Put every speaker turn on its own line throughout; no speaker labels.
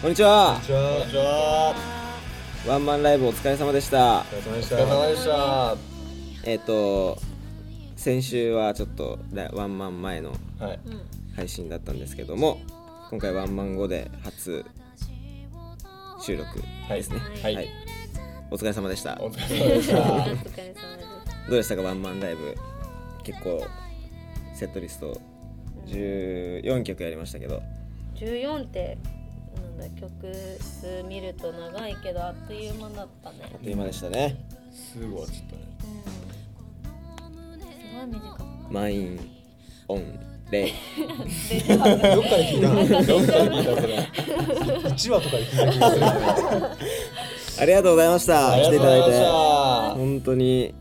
こんにちは
こんにちは。こんにちは。
ワンマンライブお疲れ様でした
お疲れ様でし
お
た。
疲れ様でした。
えっ、と先週はちょっとラワンマン前の
はい。
配信だったんですけども今回ワンマン後で初収録
はい。
ですね
はい。
お疲れ様でした
お
ど
疲れ様でした。
お疲
れ様です。
うでしたかワンマンライブ結構セットリスト14曲やりましたけど
14ってなんだ曲数見ると長いけどあっという間だったね。
あっという間でしたね
すぐ終わっちゃったね。
すごい短かっ
満員オンレイ
た。
どっかで聞いたの。どっかで聞いたそれ。一話とかで聞いた気がする。
ありがとうございました来ていただいて
あ
本当に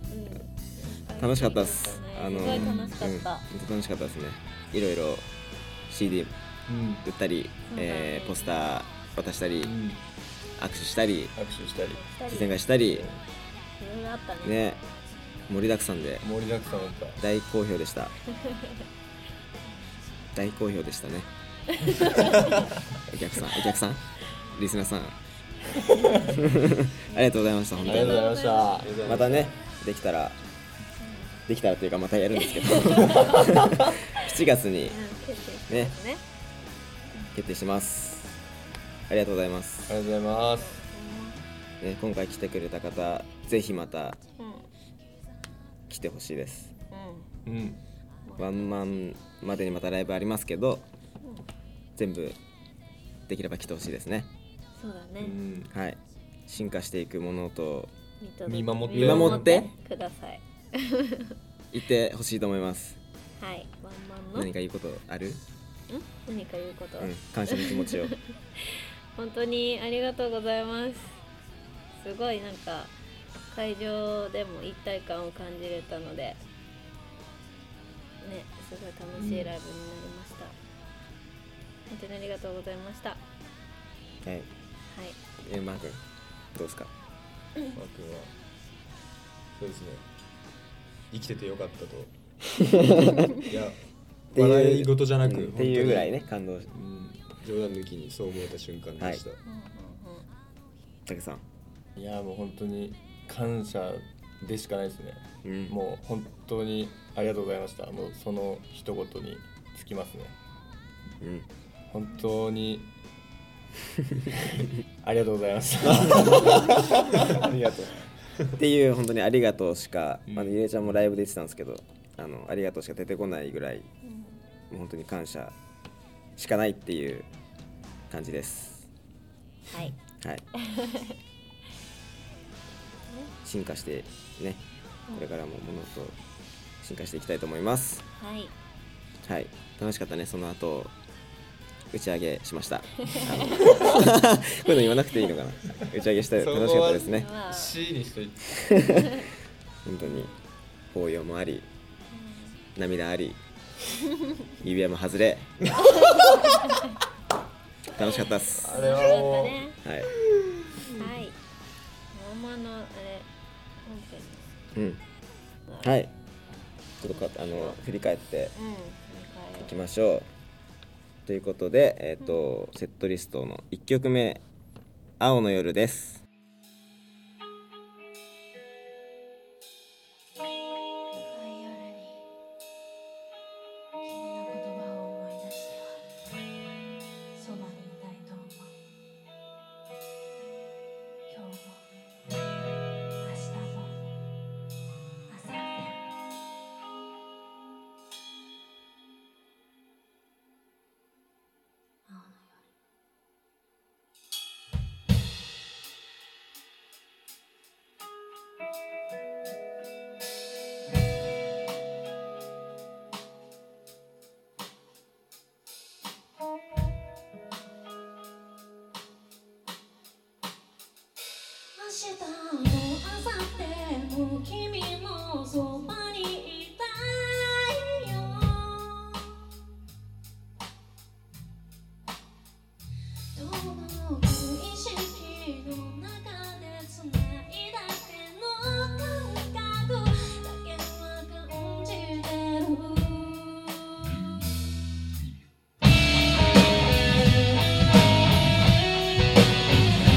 楽しかったですあの
すごい楽しかった
うん、本当楽しかったですねいろいろ CD
うん。
売ったり、えーポスター渡したり
うん。
握手したり
握手したり。
自然会したり
いろいろあったね。
ね盛りだくさんで
盛りだくさんだっ
大好評でした 大好評でした ねお客さんお客さんリスナー さんありがとうございました本
た。
当
あ
に
りがとうございました。
またねできたらできたらというかまたやるんです けど 7月に
うん決定した
ね
ね。
決定しますありがとうございます、
ありがとうございます。
ね、今回来てくれた方ぜひまた
うんうん
来てほしいです
うん。
ワンマンまでにまたライブありますけど全部できれば来てほしいですね
そうだ
う
ね。
ん。
はい進化していくものと
見届け
見守って
見守って
ください。
いてほしいと思います
はい。ワンマンの
何か言うことある、
ん何か言うことは
うん、感謝の気持ちを
本当にありがとうございますすごいなんか会場でも一体感を感じれたのでねすごい楽しいライブになりました、本当にありがとうございましたはい
はいえマー君どうですか
マー君は。そうですね。生きててよかったと。いや。
ていう
笑い事じゃなく、
うんっていうぐらいね感動し
本当に。うん。冗談抜きにそう思えた瞬間でした。
たけさん
いやもう本当に感謝でしかないですね、
うん
もう本当にありがとうございましたもうその一言に尽きますね
うん
本当 にありがとうございま したありがとう
っていう本当にありがとうしか、
うん
あのゆえちゃんもライブで言ってたんですけどあのありがとうしか出てこないぐらい、もう本当に感謝しかないっていう感じです
はい
はい 進化してねこれからもものと進化していきたいと思います
はい
はい楽しかったねその後打ち上げしましたあの こ ういうの言わなくていいのかな打ち上げした
そこは
楽しかったですね
まあ
C にしといて
本当に抱擁もあり涙あり 指輪も外れ楽しかったっす
あ
は
れ
楽しか
は
っ
も
た
う
ね
い
はいワンマンのあれ本編
うん
の
はいちょっとかあの振り返って
うん
い
振
き
り返ろう
ましょうということでえっ、とセットリストの1曲目「青の夜」です
夜に君の言葉を思い出してはそばにいたいと思う今日も明日も明後日も明日も明後日も君のそばにいたいよ遠く意識の中で繋いだ手の感覚だけは感じてる「君の言葉を思い出しては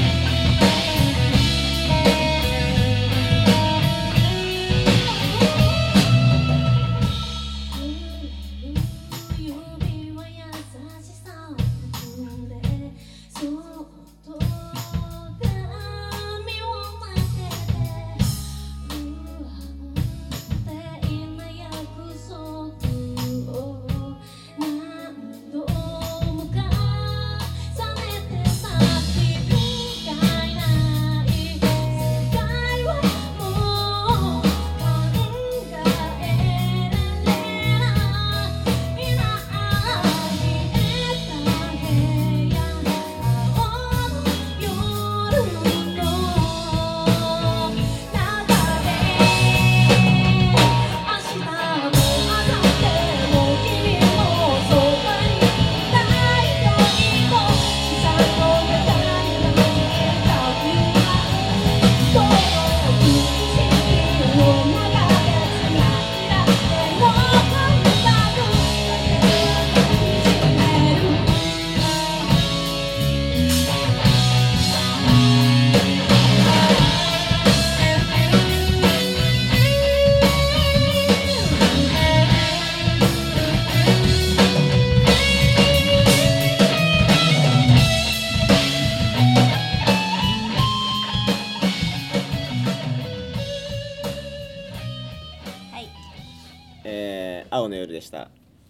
えー青の夜でした、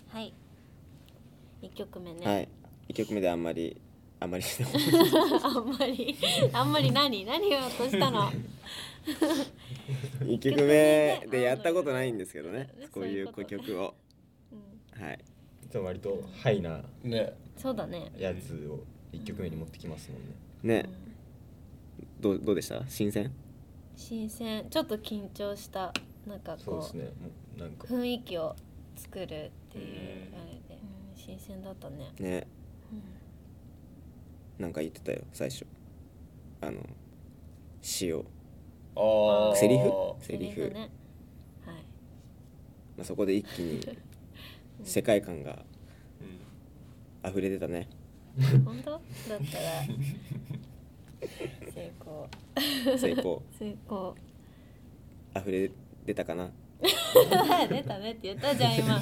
はい1曲目ね、
はい1曲目であんまりあ んまり
あんまりあんまり何何を落としたの
1曲目でやったことないんですけどねこういうこう曲を
うん
はい
いつも割とハイな
ね
そうだね
やつを1曲目に持ってきますもんね
ねどうどうでした新鮮
新鮮ちょっと緊張したなんか
そうで
こ
す
う
ねもうなんか
雰囲気を作るっていう
うん
あれで、うん新鮮だったね、
ね
うん
なんか言ってたよ最初あの詩を、
ああ
セリフセ
セ
リ
リ
フ
フねはい
まあ、そこで一気に 世界観が
うん
溢れてたね
本当だったら成功
成功
成功
溢れてたかなっ
出たねって言ったじゃん今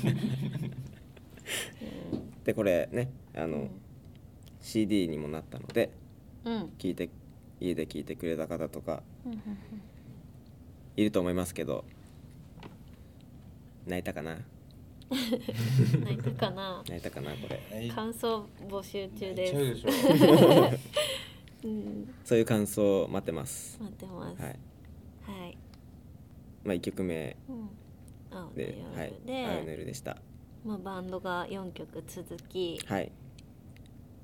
てこれねあ
う
の、
ん
CD にもなったので
うんうん
聞いて家で聞いてくれた方とか
うんうん
いると思いますけど泣いたかな
うん泣いたかな
泣いたかなこれ
泣い
感想募集中で
ちゃう
す
でしょ
うん
そういう感想を待ってます
待ってます
は
はい
い、
はい
まあ、1曲目
うん、青の夜
で「はい、
で、
青の夜」でした
まあ、バンドが4曲続き
はい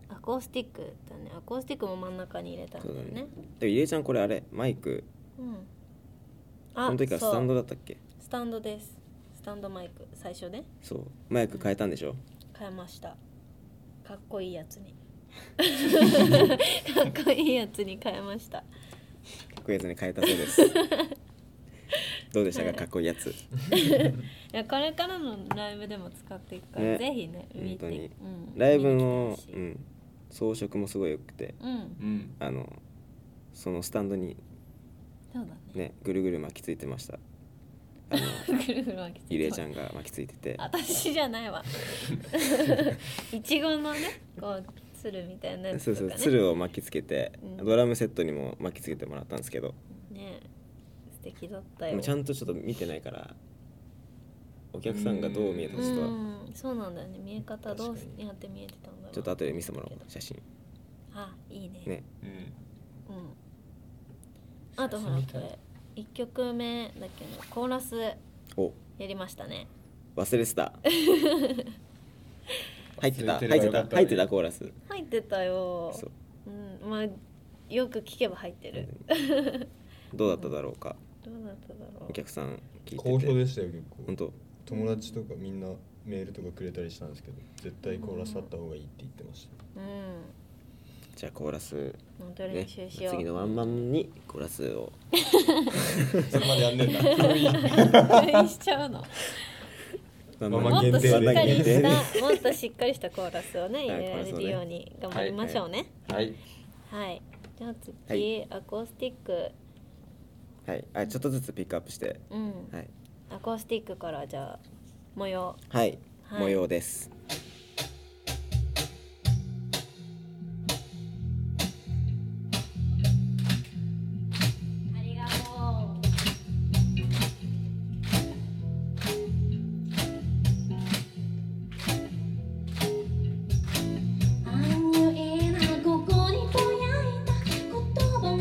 アコースティックだねアコースティックも真ん中に入れたんだ
そう
よ
だ
ね
ねでもゆりえちゃんこれあれマイク
うんあ
この時はスタンド
そう
だったっけ
スタンドですスタンドマイク最初ね
そうマイク変えたんでしょ
変えましたかっこいいやつに かっこいいやつに変えました
かっこいいやつに変えたそう ですどうでしたか
はい
かっこいいやつ
いやこれからのライブでも使っていくから、
ね
ぜひね見
本当
て、
に
うん
ライブの
見、に来
う
てほしい
ん、装飾もすごい良くて
うん
うん
あのそのスタンドに
そうだね
ねぐるぐる巻きついてましたあの
ぐるぐる巻きついて
ゆりえちゃんが巻きついてて
私じゃな いわいちごのねこう鶴みたいなや
そ
つ
うそ
と
う
かね
鶴を巻きつけて、
うん
ドラムセットにも巻きつけてもらったんですけど
ね素敵だった
で
よ
もちゃんとちょっと見てないからお客さんがどう見えた
う
かちょっと
んそうなんだよね見え方どう
確かに
やって見えてたんだろう
ちょっと後で見せてもらおう写真
あいいね
ね
うん
うんあとほらこれ1曲目だけどコーラスや
お
りましたね
忘れてた入ってた
忘れて
入っ
れば
て
よか
た
ったね
入ってたコーラス
入ってたよ
そう
うんまあよく聞けば入ってる
どうだっただろうか
どうだっただろう
お客さん聞い
好評
てて
でしたよ結構
本当
友達とかみんなメールとかくれたりしたんですけど絶対コーラスあった方がいいって言ってました
うん
じゃあコーラス
本当
ね
練習しよう、
次のワンマンにコーラスを
それまでやんねえんだ
封印しちゃうの
ワン
マン
もっとしっかりし
ワンマン限定で
たもっとしっかりしたコーラスをね入
はい
れ
コー
られ
ラスを
る
ね
ように頑張りましょうね
はい
はい、じゃあ次、
はい
アコースティック
はいあちょっとずつピックアップして
うん、
はい
アコースティックからじゃあ模様
はい、
はい
模様です
ありがとう「あのいなここにぼやいた言葉は」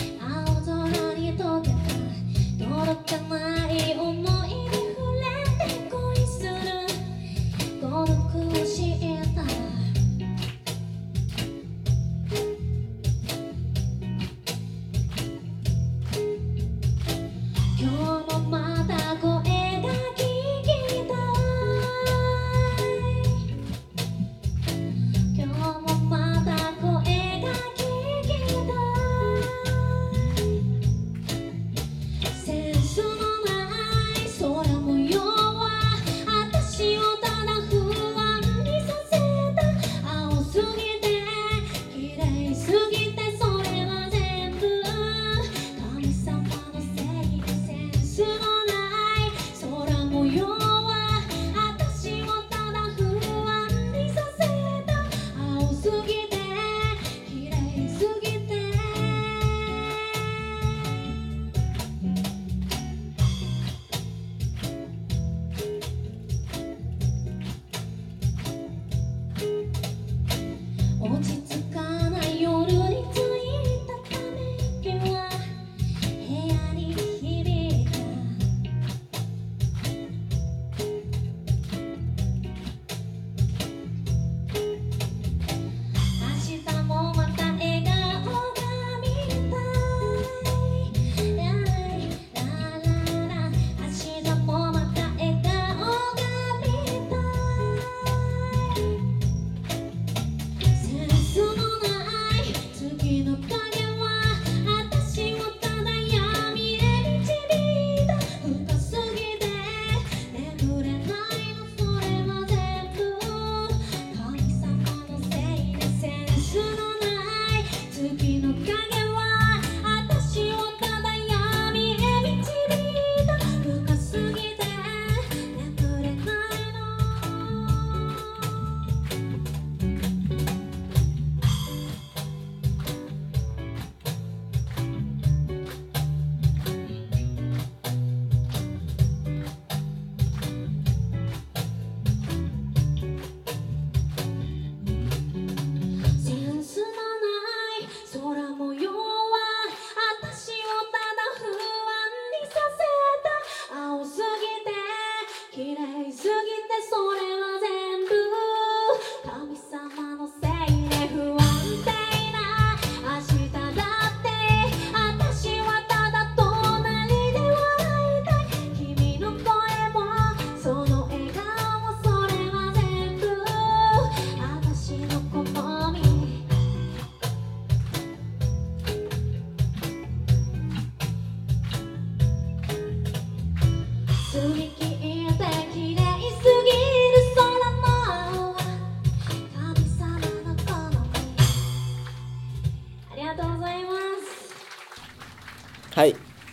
「青空に溶けた届かない想いに触れて恋する」「言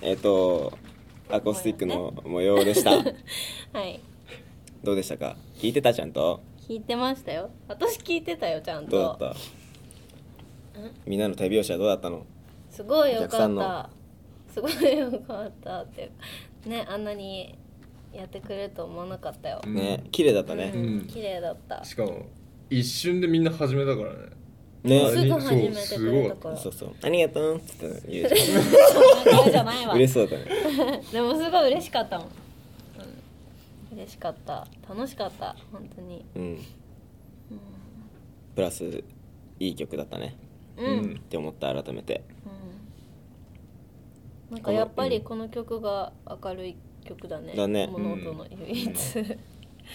えっ、とアコースティックの模様でした。
はい
どうでしたか聞いてたちゃんと
聞いてましたよ私聞いてたよちゃんと
どうだったみんなの手拍子はどうだったの
すごいよ
お客
か
さ
っ
んの
たすごいよかったってねあんなにやってくれると思わなかったよ、
うん
ね綺麗だった
う
ね、
ん
うん
綺麗だった
しかも一瞬でみんな始めたからね
ね
すぐ始めてくれたから
そうそうありがとうっつって言うじ
そんな顔じゃない
ゃん
わ
嬉しそうだったね
でもすごい嬉しかったもん、うん、嬉しかった楽しかった本当に
うんプラスいい曲だったね
うん、うん
うん
って思った改めて
なんかやっぱりこの曲が明るい曲だね
だね
物音の唯一、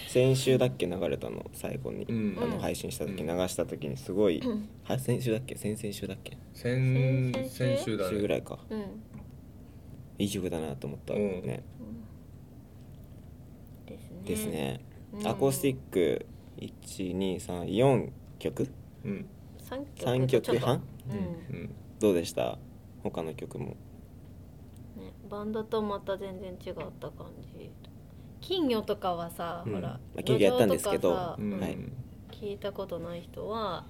先週だっけ流れたの最後に、
うん
あ
う
の
ん
配信した時流した時にすごい、
うん
は先週だっけ先々週だっけ
先
先
先週だ
週ぐ
ね
らいか
うん
いい曲だなと思った、
うん
ね
ですね
ですね、
うん
アコースティック1234曲
うん
三曲
3曲
ちょっ
半
とうん
うん
どうでした他の曲も
ね、バンドとまた全然違った感じ金魚とかはさ、
うん
ほら、
まあ金魚やったんですけど
路上とかさ
うん
はい
聞いたことない人は、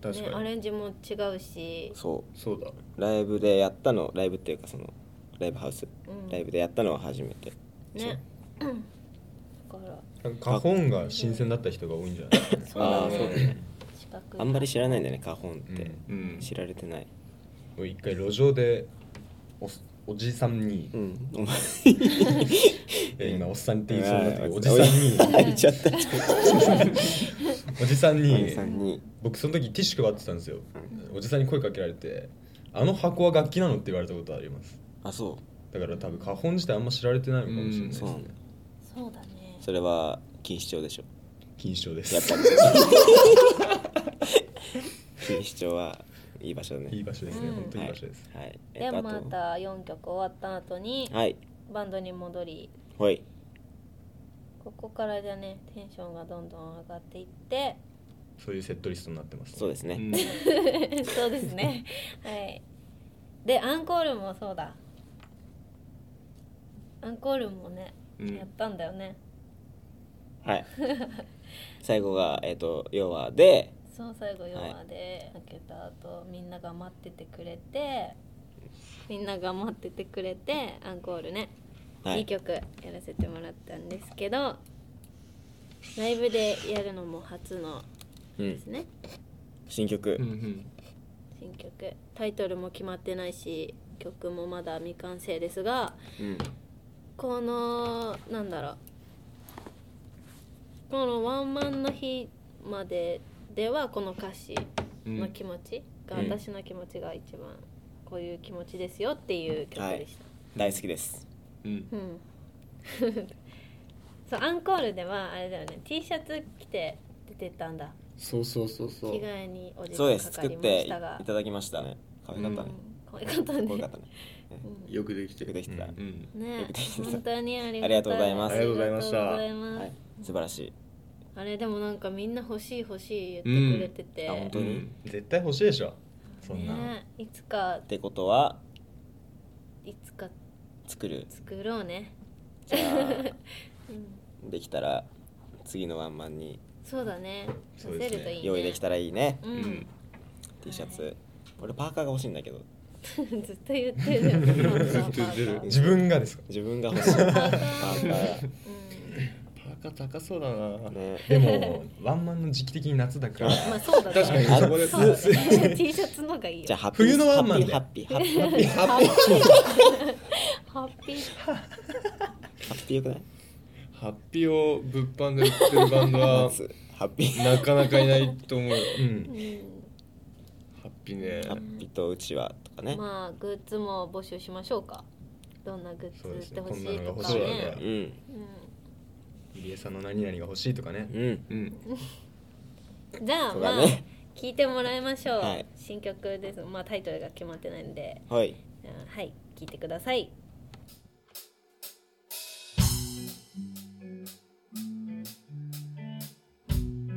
確
ね、
か
ア
に
レンジも違うし、
そ
そうだ
うライブでやったのライブっていうかそのライブハウス
うん、
ライブでやったのは初めてでしょ
ね だから
なんか花本が新鮮だった人が多いんじゃない
そう
あ
だ
あそうだ
ね
ね
近く
あんまり知らないんだよね花本っ
う
て
ん
うん
知られてない
俺一回路上でおおじさんに
う、んお前
え今おっさんって言いそうになったけどおじさん
入
に
っちゃった
おじさ
お
ん
じ
に
さんに
僕その時ティッシュ配ってたんですよおじさんに声かけられて「あの箱は楽器なの?」って言われたことあります
あそ
だから多分花本自体あんま知られてないのかもしれ
う
ないです
そうな
ね
んだ
そうだね
それは錦糸町でしょ
錦糸町です
やっぱ り錦糸町はいい場所だね
いい場所ですね、
うん
本当にいい場所です、
はいえ
で
っとあと
また四曲終わった後に
はい
バンドに戻り
ほい
ここからじゃねテンションがどんどん上がっていって
そういうセットリストになってます、
そうですね
ん
そうで すねはいでアンコールもそうだアンコールもね、
うん
やったんだよね
はい 最後がえっと要はで
そう最後夜で開けた後、みんなが待っててくれてみんなが待っててくれてアンコールね
はい
い、曲やらせてもらったんですけどライブでやるのも初の
う
で
ん
すね、
新曲
うんうん
新曲タイトルも決まってないし曲もまだ未完成ですが
うん
このなんだろうこのワンマンの日までではこの歌詞の気持ちが、
うん
私の気持ちが一番こういう気持ちですよっていう曲でした、
大好きです
うん
うん そうアンコールではあれだよね T シャツ着て出てったんだ
そうそうそうそ
着
う
替えにお時
そう
間
です
かか
作
り
っ
ま
てい
したが
ただきましたね可愛かったね
可愛かったね
可愛かったね
よくできて
よくできてた
う
は
ん
ね
よくできてた
本当にあり
ありがとうございます
ありがとうございま
ありがとうござい
す
い素晴らし
あれでもなんかみんな欲しい欲しい言ってくれてて、
いあ本当に
うん
絶対欲しいでしょそんなの、
ねいつか
ってことはい
つか
作る
作ろうね
じゃ
うん
あできたら次のワンマンに
そうだね
そ
出
うで
せ
すね
るといいね
用意できたらいいね
う
うんん
T シャツ俺パーカーが欲しいんだけど
ずっと言ってるよね
ずっと言って る
自分がですか
自分が欲しいパーカー
うん
パーカー高そうだな
ね
でもワンマンの時期的に夏だから
まあそうだね
確かにそこで
暑
そうだね T シャツの方がいいよ
じゃあハッピー
冬のワンマンで
ハッピーハッピーハッピー
ハッ
ハッピー
ハッピーよくない
ハッピーを物販で売ってるバン ドは
夏ハッピー
なかなかいないと思うよ
ピーうん
ハッピーね
ハッピーとうちわとかね
まあグッズも募集しましょうかどんなグ
そう
ッ
で
ズ売っ
すね
てほしいと
こんなのが
か
欲しいわけ
ね
だ
うん
入江さんの何々が欲しいとかね
うん
うん
じゃあ
そうだ
まあ
ね
聞いてもらいましょう、
はい
新曲ですまあタイトルが決まってないんで
はい
じゃあはい聞いてください
「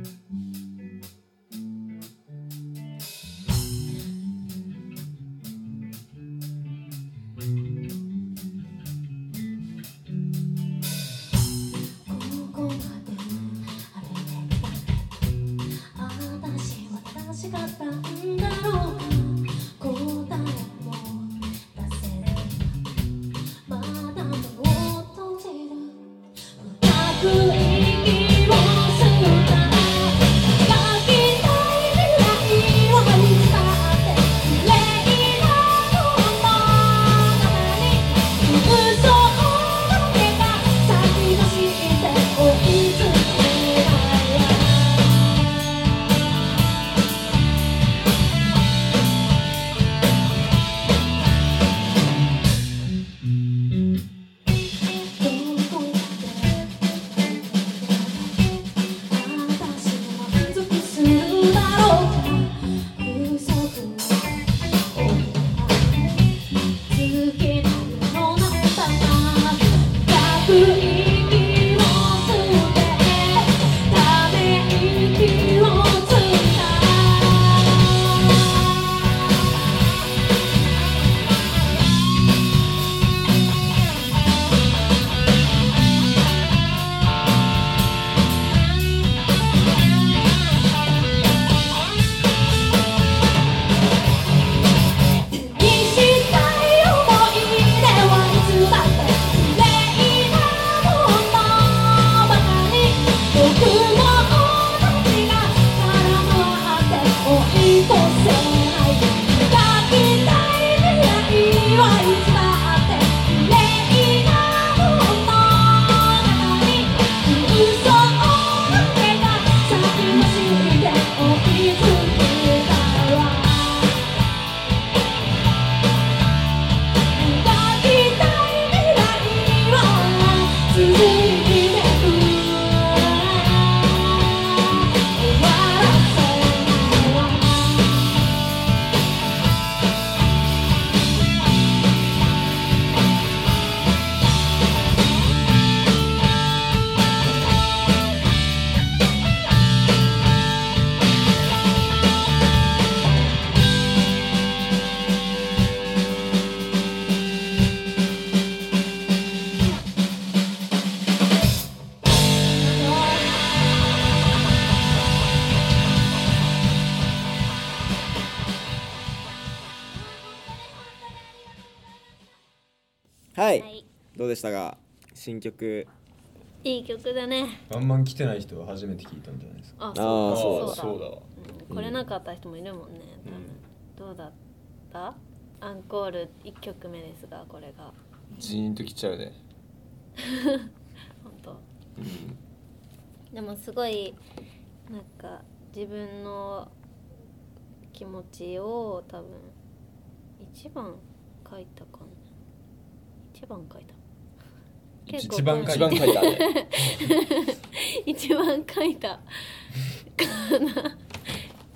はい、
はい
どうでしたか新曲
いい曲だね
あんまん来てない人は初めて聞いたんじゃないですか
あ
あー
そう
だ
だ
そうだわ
うん来れなかった人もいるもんね多分、どうだったアンコール1曲目ですがこれが
ジーンときちゃうね
本当
うん
でもすごいなんか自分の気持ちを多分一番書いたかな一番書いた結構
一番書
一
いた
番書いたね
一番書いたかな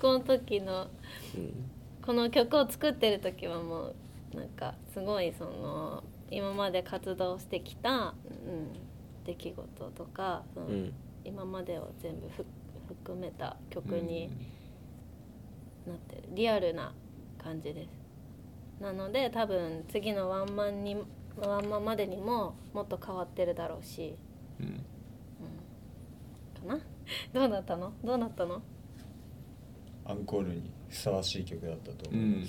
この時の
うん
この曲を作ってる時はもうなんかすごいその今まで活動してきた、うん、出来事とか、う
うんん
今までを全部ふ含めた曲になってる、リアルな感じですなので多分次のワンマンにワンマンまでにももっと変わってるだろうし、
うん
うん、かな どうなったのどうなったの
アンコールにふさわしい曲だったと
う
思う、
ん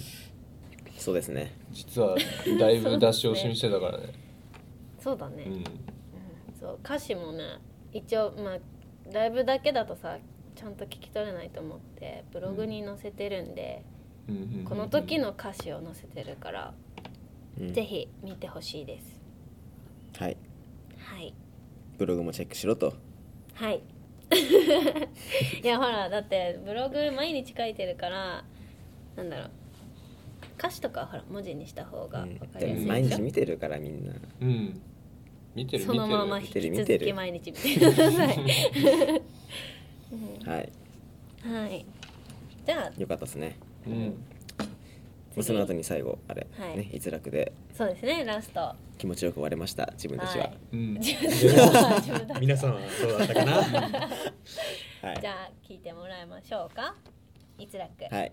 そうですね
実はだいぶ出し惜しみしてたからね
そうだね、
うん
そう歌詞もね一応まあライブだけだとさちゃんと聞き取れないと思ってブログに載せてるんで、
うんうんうん
この時の歌詞を載せてるから、
うん
ぜひ見てほしいです
はい
はい
ブログもチェックしろと
はい いやほらだってブログ毎日書いてるからなんだろう歌詞とかはほら文字にした方が
う
分
ん
か
で
りや
も
す
毎
いでし
日
ょ、
見てるからみんな
うん見てる見てる
そのまま引
見て
き
る見
続
てる
き毎日見てください
はい
はいじゃあ
よかったですね
うん
まあその後に最後あれ、
はい
ね逸落で
そうですねラスト
気持ちよく終われました自分たちは
はい
うん
自分で自分で
皆さんはどうだったか な
は
じ
い、
ゃあ聞いてもらいましょうか逸楽、
はい、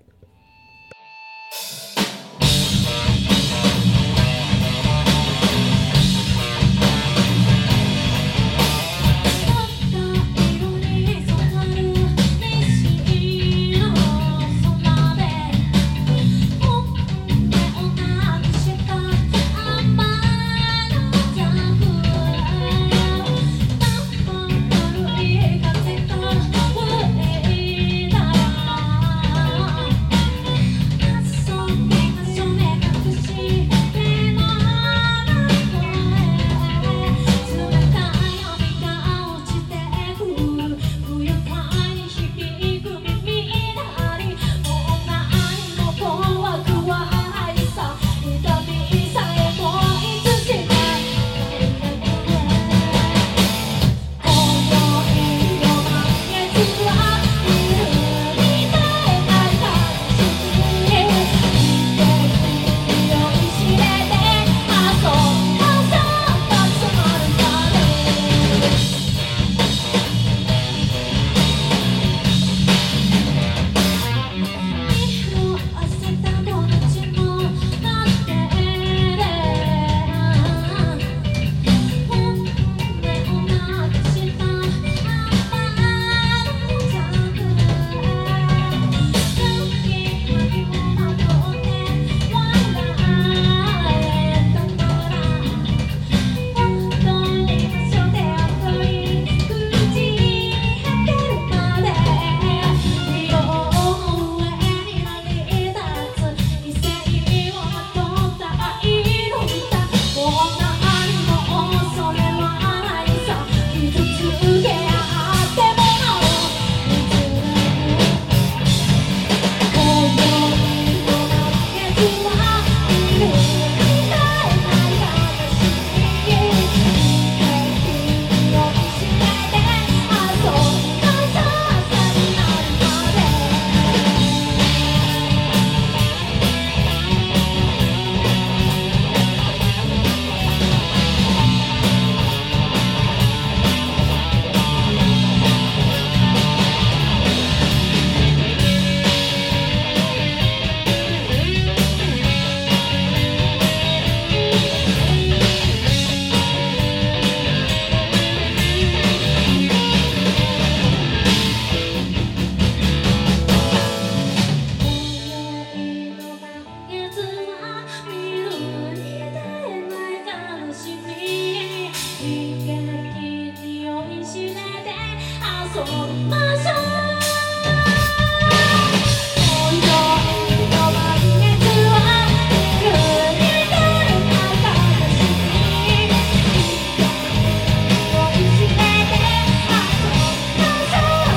「たった色に染まる西の空で」「骨をなくしたあんまの逆」「たった軽い風が吹いたら」「遊び遊びましょう」「本当にの満月は揺れてる私に」「抱きしめて遊びましょう」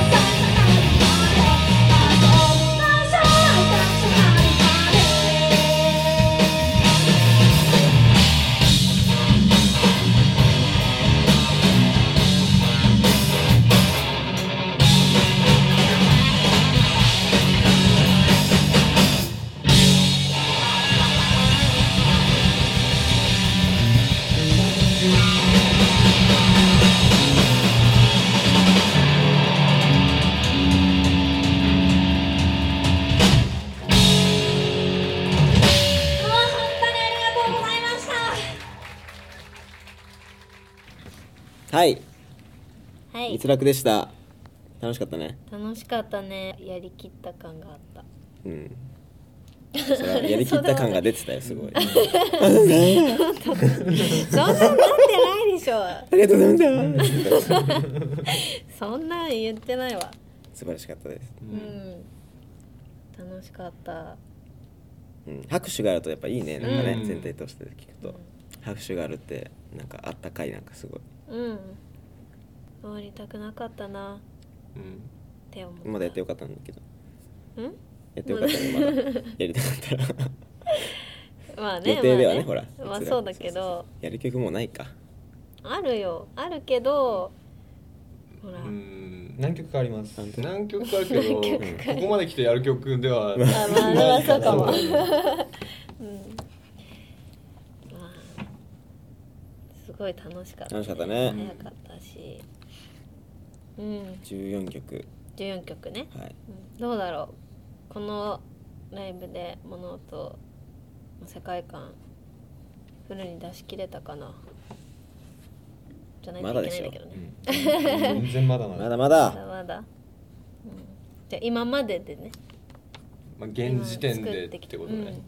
「重なるまで遊びましょう」「重なるまで」今日は本当にありがとうございました
はい
はい
逸楽でした楽しかったね
楽しかったねやりきった感が あった
うんそれはやりきった感が出てたよす ごい
そんななってないでしょ
ありがとうございました
そんなん言ってないわ
素晴らしかったです、
うん楽しかった
うん、拍手があるとやっぱいいねなんかね、
うん
全体として聞くと拍手があるってなんかあったかいなんかすごい
うん終わりたくなかったなって思った
まだやってよかったんだけど
うん
やってよかったねまだやりたかったら
まあね
予定ではね,、
まあ
ほら
まあそうだけど
やる曲もうないか
あるよあるけどほら、
うん何曲かあります
何曲
何曲かあるけど
何曲か
ここまで来てやる曲では
あまあまあそうかも
ないら
まあすごい楽しかった、
楽しかったね
早かったしうん
14曲
14曲ね、
はい
うんどうだろうこのライブで物音の世界観フルに出し切れたかなじゃないと
まだ
い
で
けない
し
ん
ょ
だけどね、
うん全然まだま
まだま
だ
まだ
だ
まだ、うん、じゃあ今まででね
まあ、現時点
今
で
作
って
き
ことね、
うん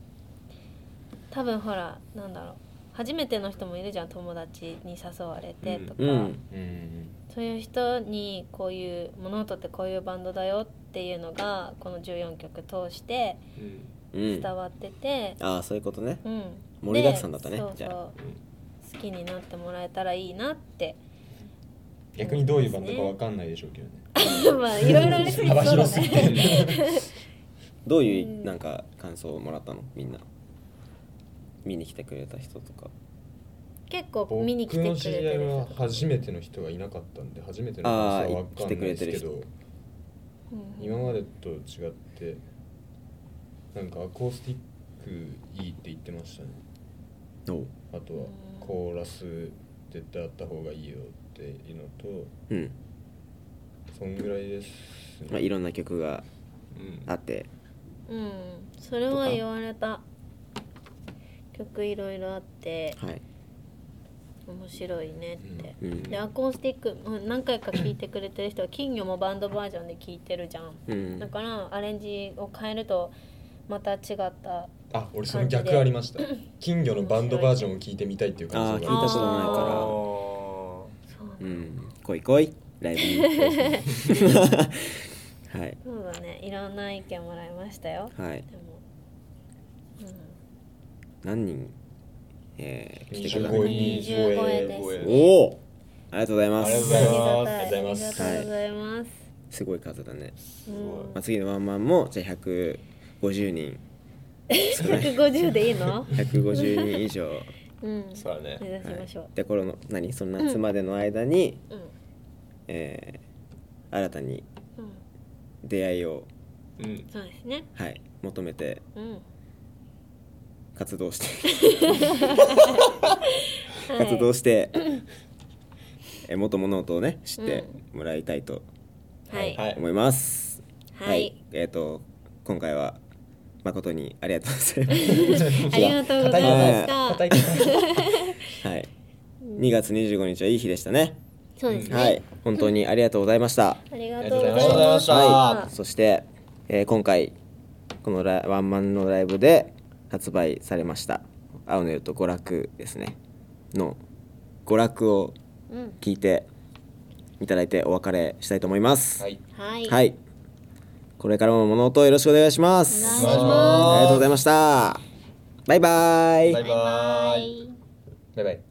多分ほらなんだろう初めての人もいるじゃん友達に誘われてとか、
うん
うん
そういう人にこういう物音ってこういうバンドだよっていうのがこの14曲通して
うん
うん
伝わってて、
ああそういうことね
うん
盛りだくさんだったね
でそう
じゃあ
そう好きになってもらえたらいいなって
逆にどういうバンドかわかんないでしょうけどね
まあいろいろありすぎて
幅
そうだ
広すぎて
ね
どういうなんか感想をもらったのみんな見に来てくれた人とか
結構
僕
見に来て
の
く
知
れ
り合
て
い
る
は
人とか
初めての人がいなかったんで初めての人はわかんないですけ
あー
ど
うん
今までと違ってなんかアコースティックいいって言ってましたね
おう
あとはコーラス絶対あった方がいいよっていうのと
うん、
そんぐらいですね、
まあ、いろんな曲が
うん
あって
うんそれは言われた曲いろいろあって
はい、
面白いねって、
うん
でアコースティックうん何回か聴いてくれてる人は金魚もバンドバージョンで聴いてるじゃん、
うん
だからアレンジを変えるとまた違った
あ俺その逆ありました金魚のバンドバージョンを聞いてみたいっていう
ああ聞い
感じ
た
が
こ
あ
とないか
そう
らうん来い来いライブ にはい
そうだねいろんな意見もらいましたよ
はい
でも、うん、
何人えー、来てくれた
25
の
人
25円です
25円
おおありがとうございま
ありがとうご
す
ざいます
ありがたい
あり
あ
が
り
と
うございます
がとうございます、
すごい数だね、
うん
まあ、次のワンマンもじゃあ150人
150でいいの
150人以上
うん
そうだね
目指しましょう
はい、でこの何その夏までの間に、
うん
えー新たに
うん
出会いを、
うん
そうですね
はい、求めて
うん
活動して活動して、えー元物音をね知ってもらいたいと
はい
はい
思います。
はい
えっ、と今回は誠にありがとうござい
ありがとうございました。
叩いて
ます。はい。2月25日はいい日でしたね。
そうですね、
はい、本当にありがとうございました。
ありがとうござい
ありがとうござい
ま
ま
し。
したた
は
あ
い、そして、えー今回このラワンマンのライブで発売されました「青の夜と娯楽」ですねの娯楽を
うん、
聞いていただいてお別れしたいと思います。
はい
はい
はい。これからも物音よろしくお願いします。
お
あ
願いします
りがとうございました。バイバイ。
バイバ
バイバ
イ
イ
バイバイ